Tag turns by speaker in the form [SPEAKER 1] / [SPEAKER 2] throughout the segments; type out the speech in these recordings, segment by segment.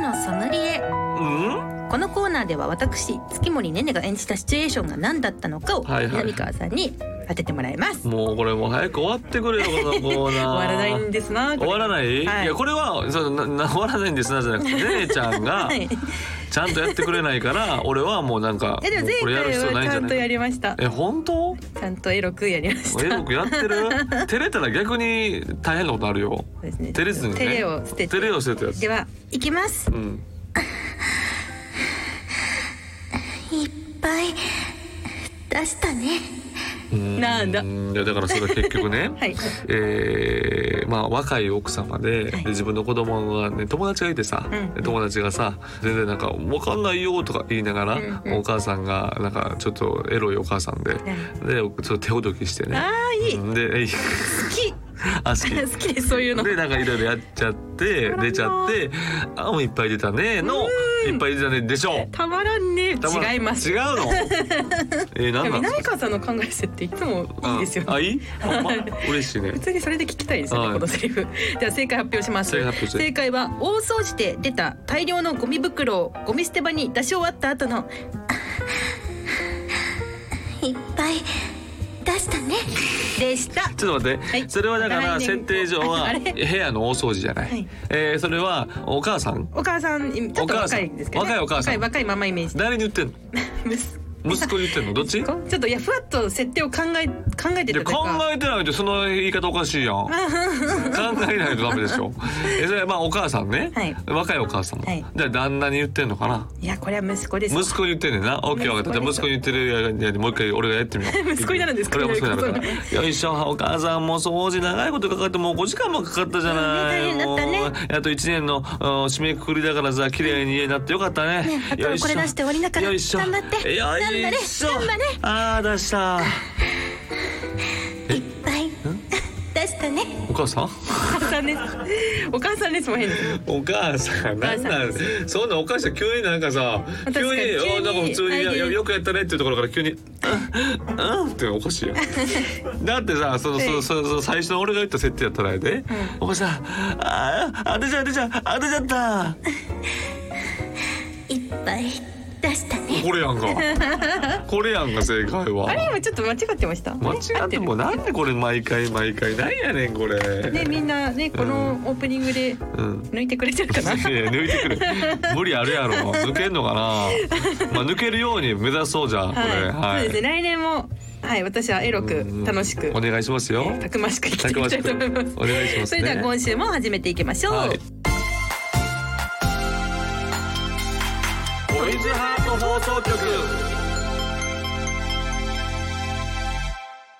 [SPEAKER 1] のソムリエ
[SPEAKER 2] うん
[SPEAKER 1] このコーナーでは私月森ねねが演じたシチュエーションが何だったのかを
[SPEAKER 2] はいはい
[SPEAKER 1] 南川さんに当ててもらいます、
[SPEAKER 2] もうこれもう早く終わってくれよこのコ ーナー
[SPEAKER 1] 終わらないんですなこ
[SPEAKER 2] 終
[SPEAKER 1] れ
[SPEAKER 2] わらない、
[SPEAKER 1] はい
[SPEAKER 2] い、やこれはそのなな終わらないんですなじゃなくて 姉ちゃんが
[SPEAKER 1] はい
[SPEAKER 2] ちゃんとやってくれないから俺はもうなんか
[SPEAKER 1] えでも
[SPEAKER 2] もうこれ
[SPEAKER 1] 前回
[SPEAKER 2] やる必要
[SPEAKER 1] は
[SPEAKER 2] ないん
[SPEAKER 1] ちゃ
[SPEAKER 2] じゃ
[SPEAKER 1] ん
[SPEAKER 2] な
[SPEAKER 1] と
[SPEAKER 2] い
[SPEAKER 1] やりました
[SPEAKER 2] え本当
[SPEAKER 1] ちゃんとエロくやりました
[SPEAKER 2] えよくやって る照れたら逆に大変なことあるよ
[SPEAKER 1] そうですね
[SPEAKER 2] 照れずにね
[SPEAKER 1] 照れを捨て
[SPEAKER 2] 照
[SPEAKER 1] て
[SPEAKER 2] れをしてたやつ
[SPEAKER 1] では行きます
[SPEAKER 2] うん
[SPEAKER 3] いっぱい出したね
[SPEAKER 2] うん
[SPEAKER 1] なんだ
[SPEAKER 2] いやだからそれは結局ね、
[SPEAKER 1] はい
[SPEAKER 2] えーまあ、若い奥様で,、
[SPEAKER 1] はい
[SPEAKER 2] で自分の子供がね友達がいてさ、
[SPEAKER 1] うん
[SPEAKER 2] で友達がさ全然なんか「分かんないよ」とか言いながら、
[SPEAKER 1] うんうん
[SPEAKER 2] お母さんがなんかちょっとエロいお母さんで、でちょっと手ほどきしてね
[SPEAKER 1] あーい い
[SPEAKER 2] うん
[SPEAKER 1] 好
[SPEAKER 2] でえい
[SPEAKER 1] き
[SPEAKER 2] 足
[SPEAKER 1] 好きですそういうの
[SPEAKER 2] でなんかいろいろやっちゃって
[SPEAKER 1] らんな
[SPEAKER 2] 出ちゃって「あもういっぱい出たね」の「いっぱい出たね」でしょ
[SPEAKER 1] たまらんね
[SPEAKER 2] たまらん
[SPEAKER 1] 違います
[SPEAKER 2] 違うのえー、なんなんです
[SPEAKER 1] 南
[SPEAKER 2] か
[SPEAKER 1] 川さんの考え設定いつもいいですよ
[SPEAKER 2] あ
[SPEAKER 1] ね
[SPEAKER 2] いい、ほんま、嬉しいね
[SPEAKER 1] 普通にそれで聞きたいですよね、
[SPEAKER 2] はい
[SPEAKER 1] このセリフ では正解発表します
[SPEAKER 2] 正解発表して
[SPEAKER 1] 正解は大掃除で出た大量のゴミ袋をゴミ捨て場に出し終わった後の
[SPEAKER 3] いっぱい出したね
[SPEAKER 1] でした
[SPEAKER 2] ちょっと待って、
[SPEAKER 1] はい
[SPEAKER 2] それはだから
[SPEAKER 1] 来年
[SPEAKER 2] 設定上
[SPEAKER 1] ああ
[SPEAKER 2] は
[SPEAKER 1] れ
[SPEAKER 2] 部屋の大掃除じゃない、
[SPEAKER 1] はい
[SPEAKER 2] えーそれはお母さん
[SPEAKER 1] お母さんちょっと若いですけど、ね、
[SPEAKER 2] お母
[SPEAKER 1] 若
[SPEAKER 2] さん若いお母さん
[SPEAKER 1] い若いママイメージ
[SPEAKER 2] 誰に言ってんの
[SPEAKER 1] 息
[SPEAKER 2] 息子に言ってんのどっちい
[SPEAKER 1] 子ちょっといやふわっと設定を考え考えてた
[SPEAKER 2] や
[SPEAKER 1] というか
[SPEAKER 2] 考えてないとその言い方おかしい やん考えないとダメでしょえそれはまあお母さんね、
[SPEAKER 1] はい
[SPEAKER 2] 若いお母さんも、
[SPEAKER 1] はい
[SPEAKER 2] じゃあ旦那に言ってんのかない
[SPEAKER 1] やこれは息子です
[SPEAKER 2] 息子に言ってんねんな。オッケー分かった。じゃあ息子に言ってるややもう一回俺がやってみよう。
[SPEAKER 1] 息子になるんですか
[SPEAKER 2] 俺が息子になるから。よいしょ、お母さんも掃除長いことかかってもう5時間もかかったじゃない。
[SPEAKER 1] うんね大変だった
[SPEAKER 2] もうあと1年のうん締めくくりだからさ、綺麗に家になってよかったね。
[SPEAKER 3] ねあとは
[SPEAKER 2] よいしょ
[SPEAKER 3] これ出して終わりだから
[SPEAKER 2] よいしょ
[SPEAKER 3] 頑張って
[SPEAKER 2] よいしょ。
[SPEAKER 3] 頑張れ頑張れ
[SPEAKER 2] ああ、出した。
[SPEAKER 3] いっぱい出したね
[SPEAKER 2] お母さん
[SPEAKER 1] お母さんですお母さんですも変です
[SPEAKER 2] お母さん、なんなん、そんなお母さん急になんかさ、
[SPEAKER 1] 確か
[SPEAKER 2] 急
[SPEAKER 1] に
[SPEAKER 2] に、
[SPEAKER 1] 急に
[SPEAKER 2] おなんか普通に、いや
[SPEAKER 1] はい
[SPEAKER 2] いやよくやったねっていうところから急に、 うん、うんっておか しいよ。だってさ、その、その、その、その最初の俺が言った設定やったらやで、お母さん、あー、当てちゃう当てちゃう当てちゃった。
[SPEAKER 3] いっぱい出したね
[SPEAKER 2] これやんか。これやんか、正解は。
[SPEAKER 1] あれ今ちょっと間違ってました
[SPEAKER 2] 間違ってもうなんでこれ毎回毎回なんやねんこれ。
[SPEAKER 1] ねみんなねこのオープニングで
[SPEAKER 2] うん。
[SPEAKER 1] 抜いてくれてるか
[SPEAKER 2] いや
[SPEAKER 1] な
[SPEAKER 2] 抜いて くる無理あるやろ抜けんのかなまあ抜けるように目指そうじゃんこれ
[SPEAKER 1] はい、そうですね
[SPEAKER 2] ね
[SPEAKER 1] 来年もはい私はエロく楽しく
[SPEAKER 2] お願いしますよ
[SPEAKER 1] たくましく生きていきたいと思いま
[SPEAKER 2] たくまし
[SPEAKER 1] す
[SPEAKER 2] くお願いしますね
[SPEAKER 1] それでは今週も始めていきましょう、
[SPEAKER 2] はいトイズハート放送局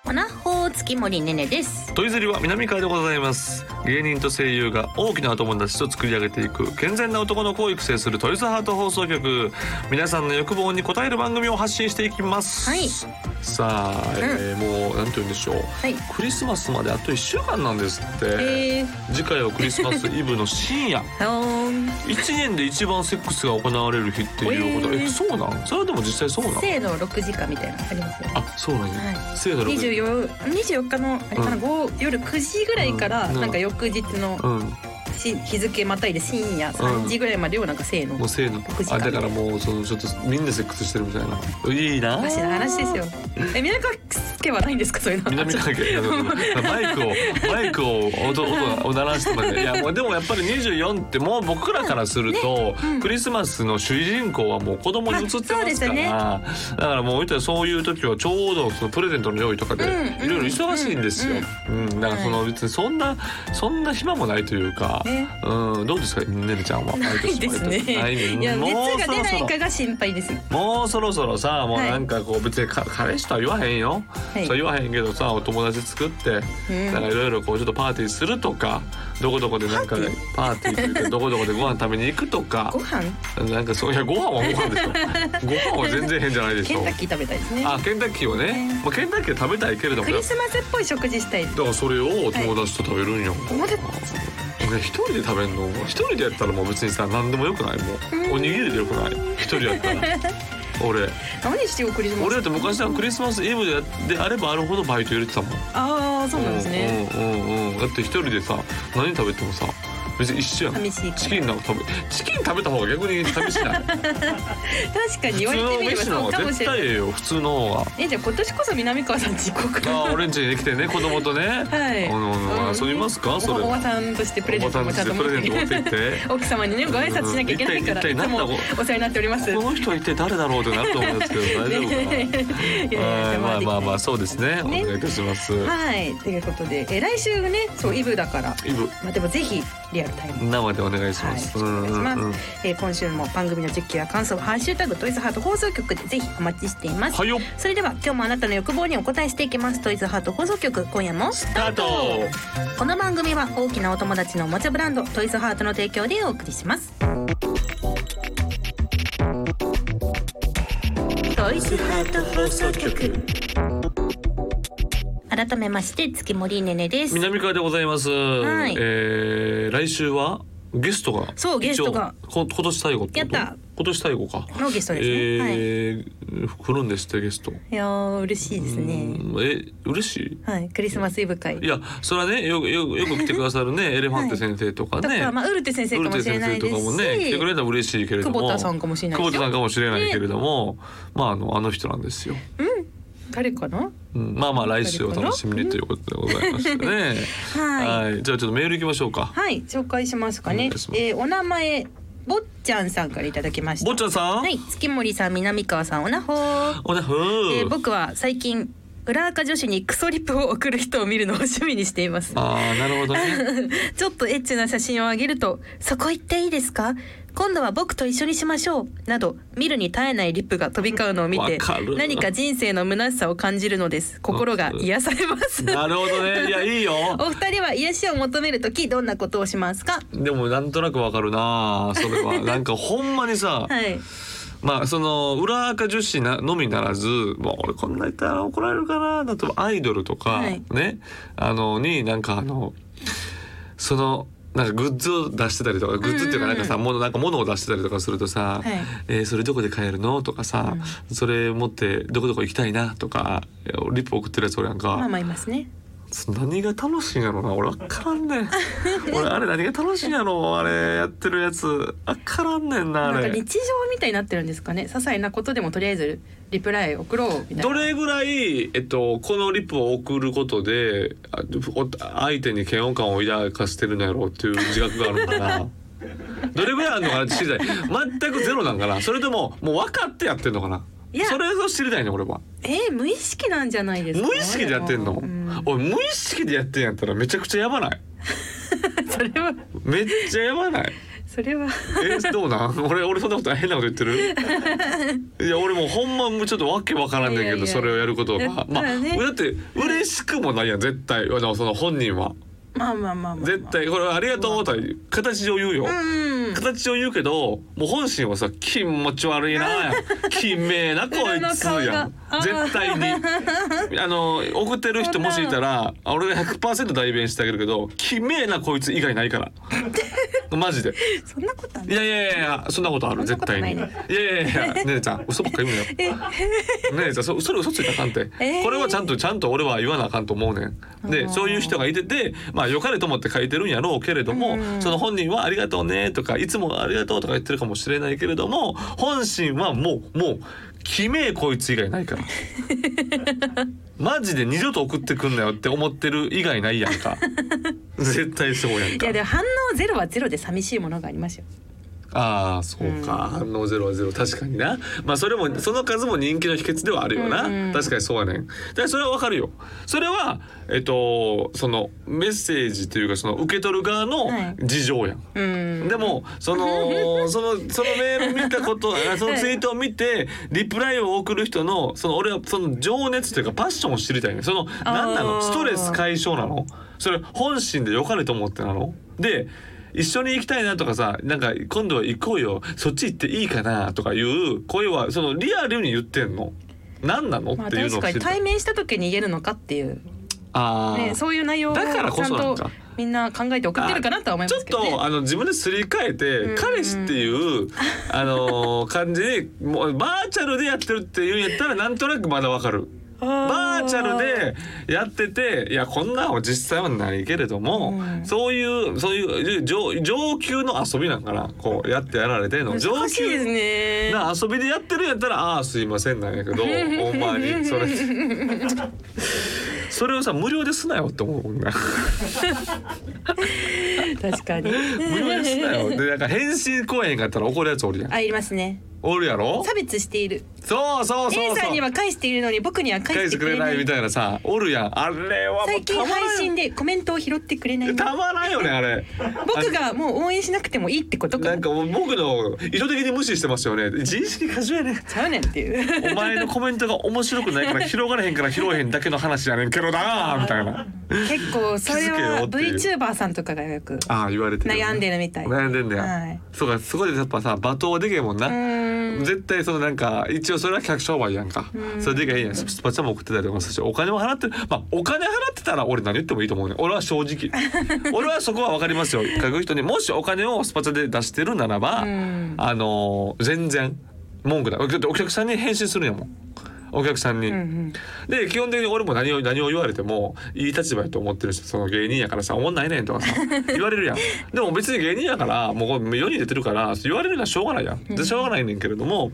[SPEAKER 1] おなほ月森ねねです
[SPEAKER 2] トイズリは南海でございます芸人と声優が大きなお友達と作り上げていく健全な男の子を育成するトイズハート放送局皆さんの欲望に応える番組を発信していきます
[SPEAKER 1] はい
[SPEAKER 2] さあ、えーもうなんて言うんでしょう
[SPEAKER 1] はい
[SPEAKER 2] クリスマスまであと1週間なんですって、
[SPEAKER 1] えー、
[SPEAKER 2] 次回はクリスマスイブの 深夜
[SPEAKER 1] おーん
[SPEAKER 2] 1年で一番セックスが行われる日っていうこと、
[SPEAKER 1] えー
[SPEAKER 2] えそうなんそれでも実際そうなん
[SPEAKER 1] 生の六時間みたいなのありますよね
[SPEAKER 2] あそうなんや、
[SPEAKER 1] は
[SPEAKER 2] せいだろ
[SPEAKER 1] 二十四二十四日のあれかな、
[SPEAKER 2] うん
[SPEAKER 1] 午後夜九時ぐらいから、
[SPEAKER 2] うん
[SPEAKER 1] なんか翌日の
[SPEAKER 2] うん
[SPEAKER 1] し日付またいで深夜三時ぐらいまでをなんか生の、
[SPEAKER 2] もうせいの
[SPEAKER 1] 6時間
[SPEAKER 2] あだからもうそのちょっとみんなセックスしてるみたいないいな
[SPEAKER 1] おかしな話ですよえ南川家はないんですかそういうの
[SPEAKER 2] 南
[SPEAKER 1] ちょっと
[SPEAKER 2] 関係バイクをバイクを音音を鳴らしてまでいやもうでもやっぱり24ってもう僕らからすると、クリスマスの主人公はもう子供に移ってます
[SPEAKER 1] あそ
[SPEAKER 2] か
[SPEAKER 1] う
[SPEAKER 2] ら
[SPEAKER 1] ですよね
[SPEAKER 2] だからもう言ったらそういう時はちょうどそのプレゼントの用意とかで
[SPEAKER 1] うん
[SPEAKER 2] いろいろ忙しいんですよ、うんだからその別にそんなそんな暇もないというか、
[SPEAKER 1] ね
[SPEAKER 2] うんどうですかねるちゃんは毎
[SPEAKER 1] ない
[SPEAKER 2] 年
[SPEAKER 1] ですね
[SPEAKER 2] 毎年ないね
[SPEAKER 1] いや熱
[SPEAKER 2] もう
[SPEAKER 1] が
[SPEAKER 2] そ
[SPEAKER 1] 出
[SPEAKER 2] ろそ
[SPEAKER 1] ない
[SPEAKER 2] ろ
[SPEAKER 1] かが心配です
[SPEAKER 2] もうそろそろさもうなんかこう別にか彼氏とは言わへんよ、
[SPEAKER 1] はい
[SPEAKER 2] そう言わへんけどさお友達作って、
[SPEAKER 1] うん
[SPEAKER 2] なんかいろいろこうちょっとパーティーするとかどこどこでなんかパーティー というかどこどこでご飯食べに行くとか
[SPEAKER 1] ご飯
[SPEAKER 2] なんかそういやご飯はご飯でしょご飯は全然変じゃないで し
[SPEAKER 1] ケ
[SPEAKER 2] ょ
[SPEAKER 1] ンタッキー食べたいですね
[SPEAKER 2] あケンタッキーはね、まあ、ケンタッキーは食べたいけれども
[SPEAKER 1] ク
[SPEAKER 2] だ
[SPEAKER 1] リ
[SPEAKER 2] か
[SPEAKER 1] スマスっぽい食事したい
[SPEAKER 2] らそれをお友達と食べるんよ、
[SPEAKER 1] 友達
[SPEAKER 2] 俺一人で食べんの一人でやったらもう別にさ何でもよくないもうおにぎりでよくない一人やっ たら俺
[SPEAKER 1] 何してよクリスマ
[SPEAKER 2] 俺だ
[SPEAKER 1] ス
[SPEAKER 2] って昔はクリスマスイブでであればあるほどバイト入れてたもん
[SPEAKER 1] ああそうなんですね
[SPEAKER 2] うんうんうんうんだって一人でさ何食べてもさ別に一緒やん
[SPEAKER 1] 寂しいから
[SPEAKER 2] チキンの食べチキン食べた方が逆に寂しない
[SPEAKER 1] 確かに 言わ
[SPEAKER 2] 普通
[SPEAKER 1] れて
[SPEAKER 2] の
[SPEAKER 1] みれば
[SPEAKER 2] 飯
[SPEAKER 1] そ
[SPEAKER 2] の
[SPEAKER 1] う
[SPEAKER 2] 方
[SPEAKER 1] か
[SPEAKER 2] が
[SPEAKER 1] もしれ
[SPEAKER 2] 絶
[SPEAKER 1] な
[SPEAKER 2] 対
[SPEAKER 1] い
[SPEAKER 2] ええよ普通の方が。
[SPEAKER 1] えじゃあ今年こそ南川さんち行こうか
[SPEAKER 2] あー俺ん家に来てね子供とね、
[SPEAKER 1] はい
[SPEAKER 2] あの、
[SPEAKER 1] うん
[SPEAKER 2] 遊びますかそれ
[SPEAKER 1] おばさんとしてプレゼントもちゃんと持って
[SPEAKER 2] おばさんとしてプレゼン
[SPEAKER 1] 奥様にねご挨拶しなきゃいけないから
[SPEAKER 2] うん一体
[SPEAKER 1] い
[SPEAKER 2] 一
[SPEAKER 1] つ
[SPEAKER 2] 体
[SPEAKER 1] もお世話になっております
[SPEAKER 2] この人は一体誰だろうってなると思うんですけど 大丈夫かな
[SPEAKER 1] ねいやい
[SPEAKER 2] は
[SPEAKER 1] や
[SPEAKER 2] いまあまあまあそうですねお
[SPEAKER 1] ね
[SPEAKER 2] 願いいたします
[SPEAKER 1] はいということでえ来週ねそうイブだから
[SPEAKER 2] イブ
[SPEAKER 1] まあでもぜひリアルタイム
[SPEAKER 2] 生でお願いし
[SPEAKER 1] は
[SPEAKER 2] ま
[SPEAKER 1] い、
[SPEAKER 2] す、
[SPEAKER 1] お願いします。
[SPEAKER 2] うんうんうん
[SPEAKER 1] えー今週も番組の実況や感想、ハッシュタグトイズハート放送局でぜひお待ちしています。
[SPEAKER 2] はいよ
[SPEAKER 1] それでは今日もあなたの欲望にお答えしていきます。トイズハート放送局今夜も
[SPEAKER 2] スタート
[SPEAKER 1] この番組は大きなお友達のおもちゃブランドトイズハートの提供でお送りします。トイズハート放送局。改めまして月森ねねです。
[SPEAKER 2] 南川でございます、
[SPEAKER 1] い
[SPEAKER 2] えー来週はゲストが
[SPEAKER 1] そうゲストが
[SPEAKER 2] 一応こ今年最後ってこと
[SPEAKER 1] やった
[SPEAKER 2] 今年最後か
[SPEAKER 1] のゲストですね
[SPEAKER 2] えー来るんですってゲスト
[SPEAKER 1] いやー嬉しいですね。
[SPEAKER 2] うんえ嬉しい
[SPEAKER 1] はい、クリスマスイブ会。
[SPEAKER 2] いやそれはねよくよくよく来てくださ るねエレファンテ先生とか
[SPEAKER 1] と
[SPEAKER 2] ね、
[SPEAKER 1] か、まあ、ウルテ先生
[SPEAKER 2] ウ
[SPEAKER 1] かも
[SPEAKER 2] ルテ
[SPEAKER 1] しれ
[SPEAKER 2] 先
[SPEAKER 1] ない
[SPEAKER 2] 生
[SPEAKER 1] で
[SPEAKER 2] と
[SPEAKER 1] す
[SPEAKER 2] か
[SPEAKER 1] し、
[SPEAKER 2] もね来てくれたら嬉しいけれども
[SPEAKER 1] 久保田さんかもしれないです
[SPEAKER 2] 久
[SPEAKER 1] よ
[SPEAKER 2] 保田さんかもしれないけれども、まああのあの人なんですよ、
[SPEAKER 1] 誰かな。
[SPEAKER 2] うん、まあまあ来週を楽しみにということでございましてね
[SPEAKER 1] はい、
[SPEAKER 2] じゃあちょっとメール行きましょうか
[SPEAKER 1] はい、紹介しますかね
[SPEAKER 2] お願いし。ます
[SPEAKER 1] えーお名前、ぼっちゃんさんからいただきました。
[SPEAKER 2] 坊ちゃんさん、
[SPEAKER 1] はい、月森さん、南川さん、おなほー。
[SPEAKER 2] おねふ
[SPEAKER 1] えー
[SPEAKER 2] ー、
[SPEAKER 1] 僕は最近、裏垢女子にクソリップを送る人を見るのを趣味にしています。
[SPEAKER 2] ああなるほどね
[SPEAKER 1] ちょっとエッチな写真をあげると、そこ行っていいですか今度は僕と一緒にしましょうなど見るに耐えないリップが飛び交うのを見て
[SPEAKER 2] わかる
[SPEAKER 1] 何か人生の虚しさを感じるのです心が癒されます
[SPEAKER 2] なるほどねいやいいよ
[SPEAKER 1] お二人は癒しを求めるときどんなことをしますか。
[SPEAKER 2] でもなんとなくわかるなそれ はなんかほんまにさ、
[SPEAKER 1] はい。
[SPEAKER 2] まあその裏垢女子なのみならずもう俺こんなん言ったら怒られるかなだとアイドルとか、
[SPEAKER 1] はい
[SPEAKER 2] ねあのになんかあのそのなんかグッズを出してたりとかグッズっていうかなんかさ、ものなんか物を出してたりとかするとさ
[SPEAKER 1] はい
[SPEAKER 2] 「えーそれどこで買えるの?」とかさ、それ持ってどこどこ行きたいな」とかいやリップ送ってるやつ俺なんか、
[SPEAKER 1] まあまあいますね。
[SPEAKER 2] 何が楽しいんやろうな俺わからんねん俺あれ何が楽しいんやろうあれやってるやつわからんねんな
[SPEAKER 1] なん
[SPEAKER 2] あ
[SPEAKER 1] か
[SPEAKER 2] れ
[SPEAKER 1] 日。常みたいになってるんですかね。些細なことでもとりあえずリプライ送ろうみたいな。
[SPEAKER 2] どれぐらい、えっと、このリップを送ることであお相手に嫌悪感を抱かせてるのやろうっていう自覚があるのか などれぐらいあるのかな知りたい全くゼロなんかなそれとももう分かってやってんのかない
[SPEAKER 1] や
[SPEAKER 2] それを知りたいね俺は
[SPEAKER 1] えー、無意識なんじゃないですか。
[SPEAKER 2] 無意識でやってんの、
[SPEAKER 1] うん
[SPEAKER 2] おい無意識でやってんやったらめちゃくちゃやばない
[SPEAKER 1] それは
[SPEAKER 2] めっちゃやばない
[SPEAKER 1] それは。
[SPEAKER 2] えどうなん俺俺そんなこと変なこと言ってるいや俺もうほんまもうちょっとわけわからんねんけど
[SPEAKER 1] いやいや
[SPEAKER 2] それをやること
[SPEAKER 1] だ
[SPEAKER 2] が
[SPEAKER 1] っ、た
[SPEAKER 2] ま
[SPEAKER 1] ら
[SPEAKER 2] あ、
[SPEAKER 1] ね
[SPEAKER 2] だって嬉しくもないやん絶対あのその本人は
[SPEAKER 1] まあまあまあまあ、まあ。
[SPEAKER 2] 絶。対これありがとうとは形上言うよ、
[SPEAKER 1] うん。
[SPEAKER 2] 形を言うけどもう本心はさ気持ち悪いなやんきめえなこ
[SPEAKER 1] 裏の
[SPEAKER 2] いつ
[SPEAKER 1] 顔
[SPEAKER 2] や
[SPEAKER 1] が
[SPEAKER 2] ん
[SPEAKER 1] あー
[SPEAKER 2] 絶対にあの送ってる人もしいたらあ俺が100%代弁してあげるけどきめえなこいつ以外ない からマジで
[SPEAKER 1] そんなことはない
[SPEAKER 2] いやいやいや、そんなことある、
[SPEAKER 1] そんな
[SPEAKER 2] 絶
[SPEAKER 1] こと
[SPEAKER 2] 対
[SPEAKER 1] な
[SPEAKER 2] に。
[SPEAKER 1] い
[SPEAKER 2] いや
[SPEAKER 1] ね
[SPEAKER 2] いやいや、ね ねちゃん、嘘ばっか言うのよ。ねねちゃん、そ、それ嘘ついたらあかんて、
[SPEAKER 1] えー
[SPEAKER 2] これはちゃんと、ちゃんと俺は言わなあかんと思うねん。
[SPEAKER 1] う
[SPEAKER 2] で、
[SPEAKER 1] ん
[SPEAKER 2] そういう人がいてて、まあ、良かれと思って書いてるんやろうけれども、
[SPEAKER 1] うん
[SPEAKER 2] その本人はありがとうねとか、いつもありがとうとか言ってるかもしれないけれども。本心はもう、もう、きめえこいつ以外ないから。 マジで二度と送ってくんなよって思ってる以外ないやん か。絶対そうやん
[SPEAKER 1] い
[SPEAKER 2] か
[SPEAKER 1] や。でも反応ゼロはゼロで寂しいものがありますよ。
[SPEAKER 2] ああそうか、反応ゼロはゼロ確かになまあそれもその数も人気の秘訣ではあるよな、
[SPEAKER 1] うんうん
[SPEAKER 2] 確かにそうやねんだからそれはわかるよそれはえっとそのメッセージというかその受け取る側の
[SPEAKER 1] はい
[SPEAKER 2] 事情やん、
[SPEAKER 1] うん。
[SPEAKER 2] でも そのそのそのメール見たことあそのツイートを見てリプライを送る人のその俺はその情熱というかパッションを知りたいねその何な
[SPEAKER 1] あー
[SPEAKER 2] のストレス解消なのそれ本心で良かれと思ってなので一緒に行きたいなとかさなんか今度は行こうよそっち行っていいかなとかいう声はそのリアルに言ってんの何なの
[SPEAKER 1] まあ
[SPEAKER 2] っていう
[SPEAKER 1] 確
[SPEAKER 2] のを
[SPEAKER 1] か
[SPEAKER 2] 知
[SPEAKER 1] に
[SPEAKER 2] りた
[SPEAKER 1] 対
[SPEAKER 2] い。
[SPEAKER 1] 面した時に言えるのかっていう、
[SPEAKER 2] あー
[SPEAKER 1] ね、そういう内容をち
[SPEAKER 2] だからこ
[SPEAKER 1] ゃん
[SPEAKER 2] そなんか
[SPEAKER 1] とみんな考えて送ってるかなとは思いますけどね。
[SPEAKER 2] ちょっとあの自分ですり替えて、
[SPEAKER 1] ん
[SPEAKER 2] 彼氏っ ていうあのー感じでもうバーチャルでやってるっていうんやったらなんとなくまだわかる。バ
[SPEAKER 1] バ
[SPEAKER 2] ーチャルでやってていやこんなんは実際はないけれども、
[SPEAKER 1] うん
[SPEAKER 2] そういうそういう上上級の遊びなんかなこうやってやられてんの上
[SPEAKER 1] 難しいです
[SPEAKER 2] 級
[SPEAKER 1] ね。
[SPEAKER 2] な遊びでやってるんやったら「ああーすいません」なんや けどほんまにそれそれをさ無料ですなよって思うな
[SPEAKER 1] 確かに。
[SPEAKER 2] 無料ですな よでなんか返信来えへんかったら怒るやつおるや ん
[SPEAKER 1] あいますね。
[SPEAKER 2] おるやろ
[SPEAKER 1] 差別している。
[SPEAKER 2] そうそうそうそう
[SPEAKER 1] A さんには返しているのに僕には返
[SPEAKER 2] 返
[SPEAKER 1] し
[SPEAKER 2] して
[SPEAKER 1] く
[SPEAKER 2] てく
[SPEAKER 1] れ
[SPEAKER 2] れ
[SPEAKER 1] な。
[SPEAKER 2] ないいみたいなさおるやんあれはもう
[SPEAKER 1] 最
[SPEAKER 2] た
[SPEAKER 1] 近
[SPEAKER 2] まらん
[SPEAKER 1] 配信でコメントを拾ってくれない。
[SPEAKER 2] たまらんよねあれ
[SPEAKER 1] 僕がもう応援しなくてもいいってことか
[SPEAKER 2] なん
[SPEAKER 1] な。
[SPEAKER 2] かもう僕の意図的に無視してますよね自意識過剰やね
[SPEAKER 1] ちゃうねんって いう。
[SPEAKER 2] お前のコメントが面白くないから広がれへんから拾えへんだけの話やねんけどなみたいな
[SPEAKER 1] 結構それは VTuber さんとかがよく
[SPEAKER 2] ああ言われてるよね
[SPEAKER 1] 悩んでるみたい。
[SPEAKER 2] 悩んでんだよ、
[SPEAKER 1] はい
[SPEAKER 2] そうかそこでやっぱさ罵倒はでけへんもんな、
[SPEAKER 1] うーん
[SPEAKER 2] 絶対そのなんか一応それは客商売やんか、それでかいやんスパチャも送ってたりとかするしお金も払ってまあお金払ってたら俺何言ってもいいと思うね俺は正 直俺はそこは分かりますよ書く人にもしお金をスパチャで出してるならば、
[SPEAKER 1] うん
[SPEAKER 2] あのー全然文句だだってお客さんに返信するんやもんお客さんに、
[SPEAKER 1] うんうん
[SPEAKER 2] で基本的に俺も何を何を言われてもいい立場やと思ってるしその芸人やからさ「おもんないねん」と かさ言われるやんでも別に芸人やからもう世に出てるから言われるのはしょうがないやんでしょうがないねんけれども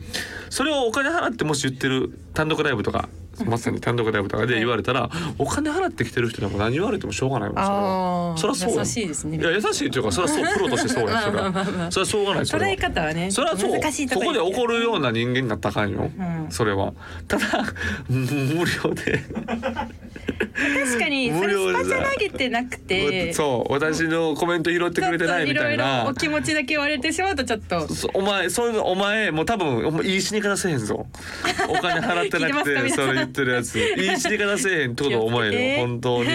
[SPEAKER 2] それをお金払ってもし言ってる単独ライブとかまさに単独ライブとかで言われたらお金払ってきてる人でも何言われてもしょうがないもんそ
[SPEAKER 1] あ
[SPEAKER 2] れは
[SPEAKER 1] ー
[SPEAKER 2] そりゃそうやん
[SPEAKER 1] 優しいですね
[SPEAKER 2] いや優しいというかそりゃそうプロとしてそうやんそれ
[SPEAKER 1] まあまあまあま
[SPEAKER 2] は
[SPEAKER 1] あ
[SPEAKER 2] それはしょうがないそれ
[SPEAKER 1] 捉
[SPEAKER 2] は
[SPEAKER 1] え方はね
[SPEAKER 2] それはそう
[SPEAKER 1] 難しいと
[SPEAKER 2] こ
[SPEAKER 1] こ
[SPEAKER 2] こで怒るような人間になったらあかんよ、
[SPEAKER 1] うん
[SPEAKER 2] それはただ無料で
[SPEAKER 1] 確かにそ
[SPEAKER 2] 無
[SPEAKER 1] れ
[SPEAKER 2] 料
[SPEAKER 1] ス
[SPEAKER 2] で
[SPEAKER 1] パチャ投げてなくて
[SPEAKER 2] そう私のコメント拾ってくれてないみた
[SPEAKER 1] ちょっとい
[SPEAKER 2] いな
[SPEAKER 1] ろいろお気持ちだけ言われてしまうとちょっと
[SPEAKER 2] そお前そういうのお前もう多分お前いい死に方せえへ んぞお金払ってな
[SPEAKER 1] 聞いてま
[SPEAKER 2] く
[SPEAKER 1] すか
[SPEAKER 2] て
[SPEAKER 1] 皆さん
[SPEAKER 2] それ言ってるやついい死に方せえへんってことお前
[SPEAKER 1] 気をつけ
[SPEAKER 2] よ
[SPEAKER 1] て
[SPEAKER 2] 本当に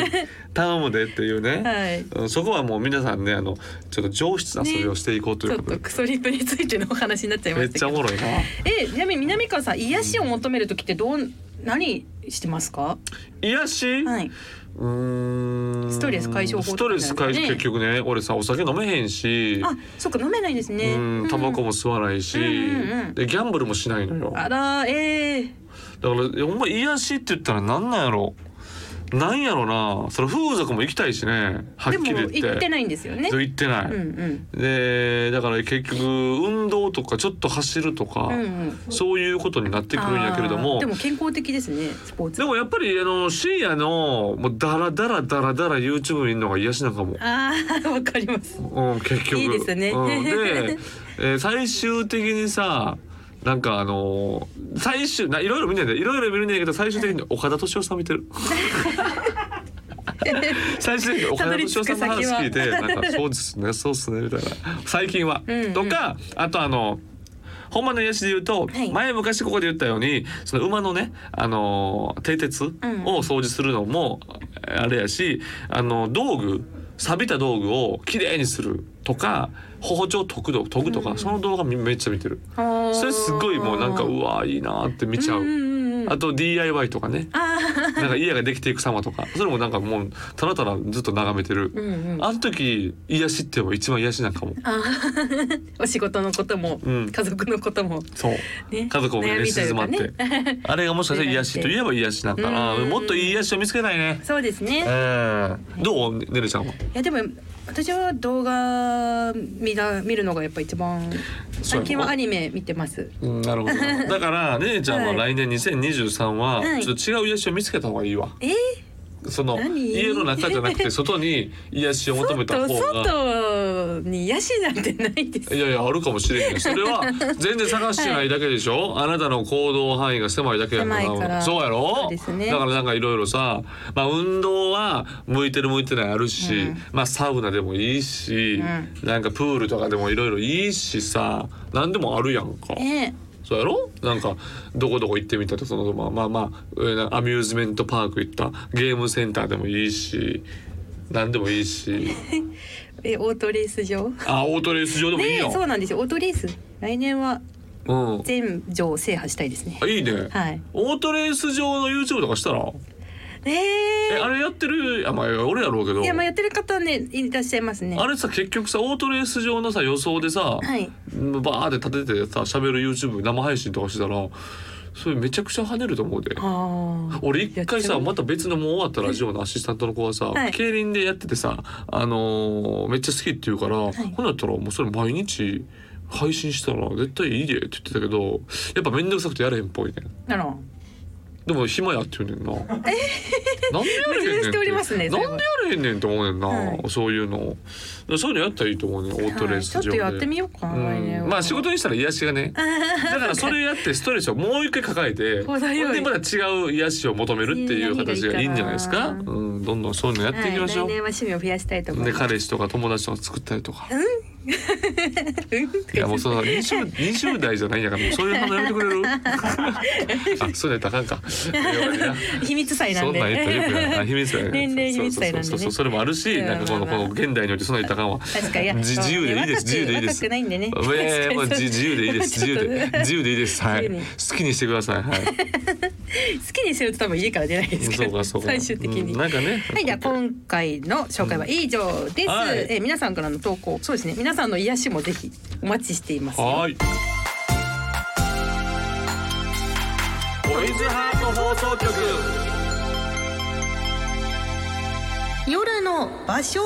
[SPEAKER 2] 頼むでっていうね、
[SPEAKER 1] はい
[SPEAKER 2] うんそこはもう皆さんねあのちょっと上質な遊びをしていこうと
[SPEAKER 1] ち
[SPEAKER 2] い
[SPEAKER 1] ょ
[SPEAKER 2] う
[SPEAKER 1] っ
[SPEAKER 2] こと
[SPEAKER 1] と
[SPEAKER 2] で、
[SPEAKER 1] クソリップについてのお話になっちゃいま
[SPEAKER 2] め
[SPEAKER 1] し
[SPEAKER 2] った
[SPEAKER 1] け
[SPEAKER 2] ちゃ
[SPEAKER 1] ど
[SPEAKER 2] おもろいな
[SPEAKER 1] えちなみに南川さん癒しを求める時ってどう何してますか
[SPEAKER 2] 癒し、
[SPEAKER 1] はい、
[SPEAKER 2] うーん
[SPEAKER 1] ストレス解消法と
[SPEAKER 2] スト
[SPEAKER 1] か
[SPEAKER 2] レ
[SPEAKER 1] です
[SPEAKER 2] ス
[SPEAKER 1] よね
[SPEAKER 2] 解消結局ね俺さお酒飲めへんし
[SPEAKER 1] あそっか飲めないんですね
[SPEAKER 2] うんタバコも吸わないし、
[SPEAKER 1] うんうんうん
[SPEAKER 2] でギャンブルもしないのよ
[SPEAKER 1] あらえー、
[SPEAKER 2] だからほんま癒しって言ったらなんなんやろなんやろなそれ風俗も行きたいしねはっ
[SPEAKER 1] で
[SPEAKER 2] き
[SPEAKER 1] も
[SPEAKER 2] り言って
[SPEAKER 1] 行ってないんですよね
[SPEAKER 2] そう行ってない、
[SPEAKER 1] うんうん
[SPEAKER 2] でだから結局運動とかちょっと走るとか、
[SPEAKER 1] うんうん
[SPEAKER 2] そういうことになってくるんやけれど
[SPEAKER 1] あ
[SPEAKER 2] も
[SPEAKER 1] ーでも健康的ですねスポーツ
[SPEAKER 2] でもやっぱりあの深夜のもうダラダラダラダラ YouTube 見るのが癒しなんかも
[SPEAKER 1] ああわかります
[SPEAKER 2] うん、結局。
[SPEAKER 1] いいですね
[SPEAKER 2] うん、 で、えー最終的にさ。なんかあのー最終ないろいろ見ないんだいろいろ見るんだけど最終的に岡田敏夫さん見 てる最終的に岡田敏夫さんの話聞いて
[SPEAKER 1] たど
[SPEAKER 2] なんかそうですねそうですねみたいな最近は、
[SPEAKER 1] うんうん
[SPEAKER 2] とかあとあのほんまの癒しで言うと、
[SPEAKER 1] はい
[SPEAKER 2] 前昔ここで言ったようにその馬のねあのー蹄鉄を掃除するのもあれやし、あの道具錆びた道具をきれいにするとか包丁研ぐと研ぐとか、その動画みめっちゃ見てるそ
[SPEAKER 1] そ
[SPEAKER 2] れすごいもうなんかうわいいなーって見ちゃう,、
[SPEAKER 1] んうんうん
[SPEAKER 2] あと DIY とかね
[SPEAKER 1] あ
[SPEAKER 2] なんか家ができていく様とかそれもなんかもうただただずっと眺めてる、
[SPEAKER 1] ーうんうん
[SPEAKER 2] あの時癒しっていうのが一番癒しなんかも
[SPEAKER 1] あーお仕事のことも、
[SPEAKER 2] うん
[SPEAKER 1] 家族のことも、
[SPEAKER 2] そう
[SPEAKER 1] ね、
[SPEAKER 2] 家族も
[SPEAKER 1] 悩
[SPEAKER 2] 寝
[SPEAKER 1] みとい
[SPEAKER 2] 静
[SPEAKER 1] う
[SPEAKER 2] ま
[SPEAKER 1] か
[SPEAKER 2] っ
[SPEAKER 1] ね
[SPEAKER 2] て、あれがもしかしたら癒しといえば癒しなんかな
[SPEAKER 1] うん
[SPEAKER 2] もっといい癒しを見つけたいね
[SPEAKER 1] そうです
[SPEAKER 2] う
[SPEAKER 1] ね、
[SPEAKER 2] んどうねねるちゃんはい
[SPEAKER 1] やでも私は動画見な見るのがやっぱ一番
[SPEAKER 2] そうやろ
[SPEAKER 1] 最近はアニメ見てます
[SPEAKER 2] うんなるほどな。 だから、ねねちゃんは
[SPEAKER 1] は
[SPEAKER 2] 来年2023は、
[SPEAKER 1] はい
[SPEAKER 2] ちょっと違う癒しを見つけた方がいいわ。
[SPEAKER 1] えー、
[SPEAKER 2] その、
[SPEAKER 1] 何
[SPEAKER 2] 家の中じゃなくて、外に癒しを求めた
[SPEAKER 1] 外
[SPEAKER 2] 方が。
[SPEAKER 1] 外に癒しなんてないです
[SPEAKER 2] いやいや、あるかもしれんよ。それ は、全然探してないだけでしょ、あなたの行動範囲が狭いだけや
[SPEAKER 1] 狭いから
[SPEAKER 2] そうやろ
[SPEAKER 1] そうですね
[SPEAKER 2] だからなんかいろいろさ、まあ運動は向いてる向いてないあるし、
[SPEAKER 1] うん
[SPEAKER 2] まあサウナでもいいし、なんかプールとかでもいろいろいいしさ、なんでもあるやんか。
[SPEAKER 1] ええ
[SPEAKER 2] そうやろなんかどこどこ行ってみたとそのまあまあまあえーなアミューズメントパーク行ったゲームセンターでもいいし何でもいいし
[SPEAKER 1] えオートレース場
[SPEAKER 2] あオートレース場でもいい
[SPEAKER 1] ね
[SPEAKER 2] よ、
[SPEAKER 1] そうなんですよオートレース来年は
[SPEAKER 2] うん
[SPEAKER 1] 全場制覇したいですね
[SPEAKER 2] あいいね、
[SPEAKER 1] はい
[SPEAKER 2] オートレース場の YouTube とかしたら
[SPEAKER 1] え
[SPEAKER 2] え
[SPEAKER 1] え
[SPEAKER 2] あれやってるあまあ俺やろうけど
[SPEAKER 1] いやまあやってる方ねいらっしゃいますね
[SPEAKER 2] あれさ結局さオートレース場のさ予想でさ、
[SPEAKER 1] はい
[SPEAKER 2] バーって立ててさ喋る YouTube 生配信とかしてたらそれめちゃくちゃ跳ねると思うで。
[SPEAKER 1] あ
[SPEAKER 2] 俺一回
[SPEAKER 1] やっちゃ
[SPEAKER 2] さ
[SPEAKER 1] う
[SPEAKER 2] また別のもう終わったラジオのアシスタントの子がさ、
[SPEAKER 1] はい
[SPEAKER 2] 競輪でやっててさ、あのーめっちゃ好きって言うから、ほなったらもうそれ毎日配信したら絶対いいでって言ってたけどやっぱ面倒くさくてやれへんっぽいねん
[SPEAKER 1] あら
[SPEAKER 2] でも暇やって言うねんな。なんでや れへんね
[SPEAKER 1] 矛盾
[SPEAKER 2] ん
[SPEAKER 1] しておりますね
[SPEAKER 2] な
[SPEAKER 1] そ
[SPEAKER 2] ん
[SPEAKER 1] れ
[SPEAKER 2] で
[SPEAKER 1] は
[SPEAKER 2] やれへんねんと思うねんな、
[SPEAKER 1] はい
[SPEAKER 2] そういうのそういうのやったらいいと思うねんオートレース
[SPEAKER 1] はいちょっとやってみ
[SPEAKER 2] よ
[SPEAKER 1] ようかな来年は
[SPEAKER 2] まあ 仕事にしたら癒しがねだからそれやってストレスをもう一回抱えて
[SPEAKER 1] そ
[SPEAKER 2] ほ
[SPEAKER 1] うんだよ
[SPEAKER 2] でまた違う癒しを求めるっていう形がいいんじゃないです
[SPEAKER 1] 何
[SPEAKER 2] か、
[SPEAKER 1] がいいかな
[SPEAKER 2] うん、どんどんそういうのやっていきましょう
[SPEAKER 1] は、い来年は趣味を増やしたいと思い
[SPEAKER 2] で
[SPEAKER 1] ます
[SPEAKER 2] 彼氏とか友達とか作ったりとか、
[SPEAKER 1] うん
[SPEAKER 2] いやもうその 20, 20代じゃないんやからもうそういう話やめてくれる あそうやったらあかんか弱いな
[SPEAKER 1] 秘密祭な
[SPEAKER 2] そ
[SPEAKER 1] ん
[SPEAKER 2] ん
[SPEAKER 1] で
[SPEAKER 2] なん言ったらよくないあ秘密だよね
[SPEAKER 1] 年齢秘密祭なんでね
[SPEAKER 2] そうそうそうそうそれもあるし、
[SPEAKER 1] うん
[SPEAKER 2] なんかこの
[SPEAKER 1] まあ
[SPEAKER 2] こ
[SPEAKER 1] ま
[SPEAKER 2] の
[SPEAKER 1] あ
[SPEAKER 2] 現代においてそんなん言った らあかんわ
[SPEAKER 1] 確かにいや
[SPEAKER 2] 自自由でいいです
[SPEAKER 1] そう
[SPEAKER 2] 自由でいいです
[SPEAKER 1] 若くないんでね
[SPEAKER 2] いやいやもうじ自由でいいです自由 で自由でいいですはい
[SPEAKER 1] 自由に
[SPEAKER 2] 好きにしてくださいはい
[SPEAKER 1] 好きにすると多分家から出ないですか
[SPEAKER 2] そう
[SPEAKER 1] ら
[SPEAKER 2] かそうか
[SPEAKER 1] 最終的に、
[SPEAKER 2] うんなんかね
[SPEAKER 1] はい、じゃあ今回の紹介は以上です。
[SPEAKER 2] うんはい
[SPEAKER 1] えー皆さんからの投稿、そうですね。皆さんの癒しもぜひお待ちしていますよ。
[SPEAKER 2] はーいボイズハート放送局
[SPEAKER 1] 夜の場所。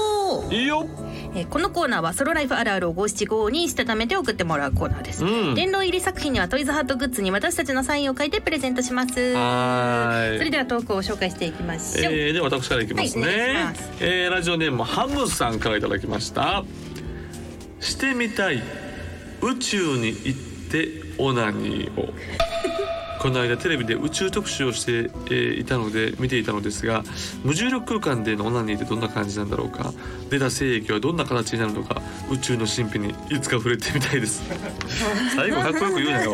[SPEAKER 2] いいよ
[SPEAKER 1] えーこのコーナーはソロライフあるあるを五七五にしたためて送ってもらうコーナーです。
[SPEAKER 2] うん
[SPEAKER 1] 殿堂入り作品にはトイズハートグッズに私たちのサインを書いてプレゼントします。
[SPEAKER 2] はーい
[SPEAKER 1] それでは投稿を紹介していきましょう。
[SPEAKER 2] えー、では私からいきますね、
[SPEAKER 1] はいお願いします
[SPEAKER 2] えーラジオネームハムさんからいただきましたしてみたい宇宙に行ってオナニーをこの間テレビで宇宙特集をして、えーいたので見ていたのですが無重力空間でのオナニーってどんな感じなんだろうか出た精液はどんな形になるのか宇宙の神秘にいつか触れてみたいです 最後かっこよく言うなよ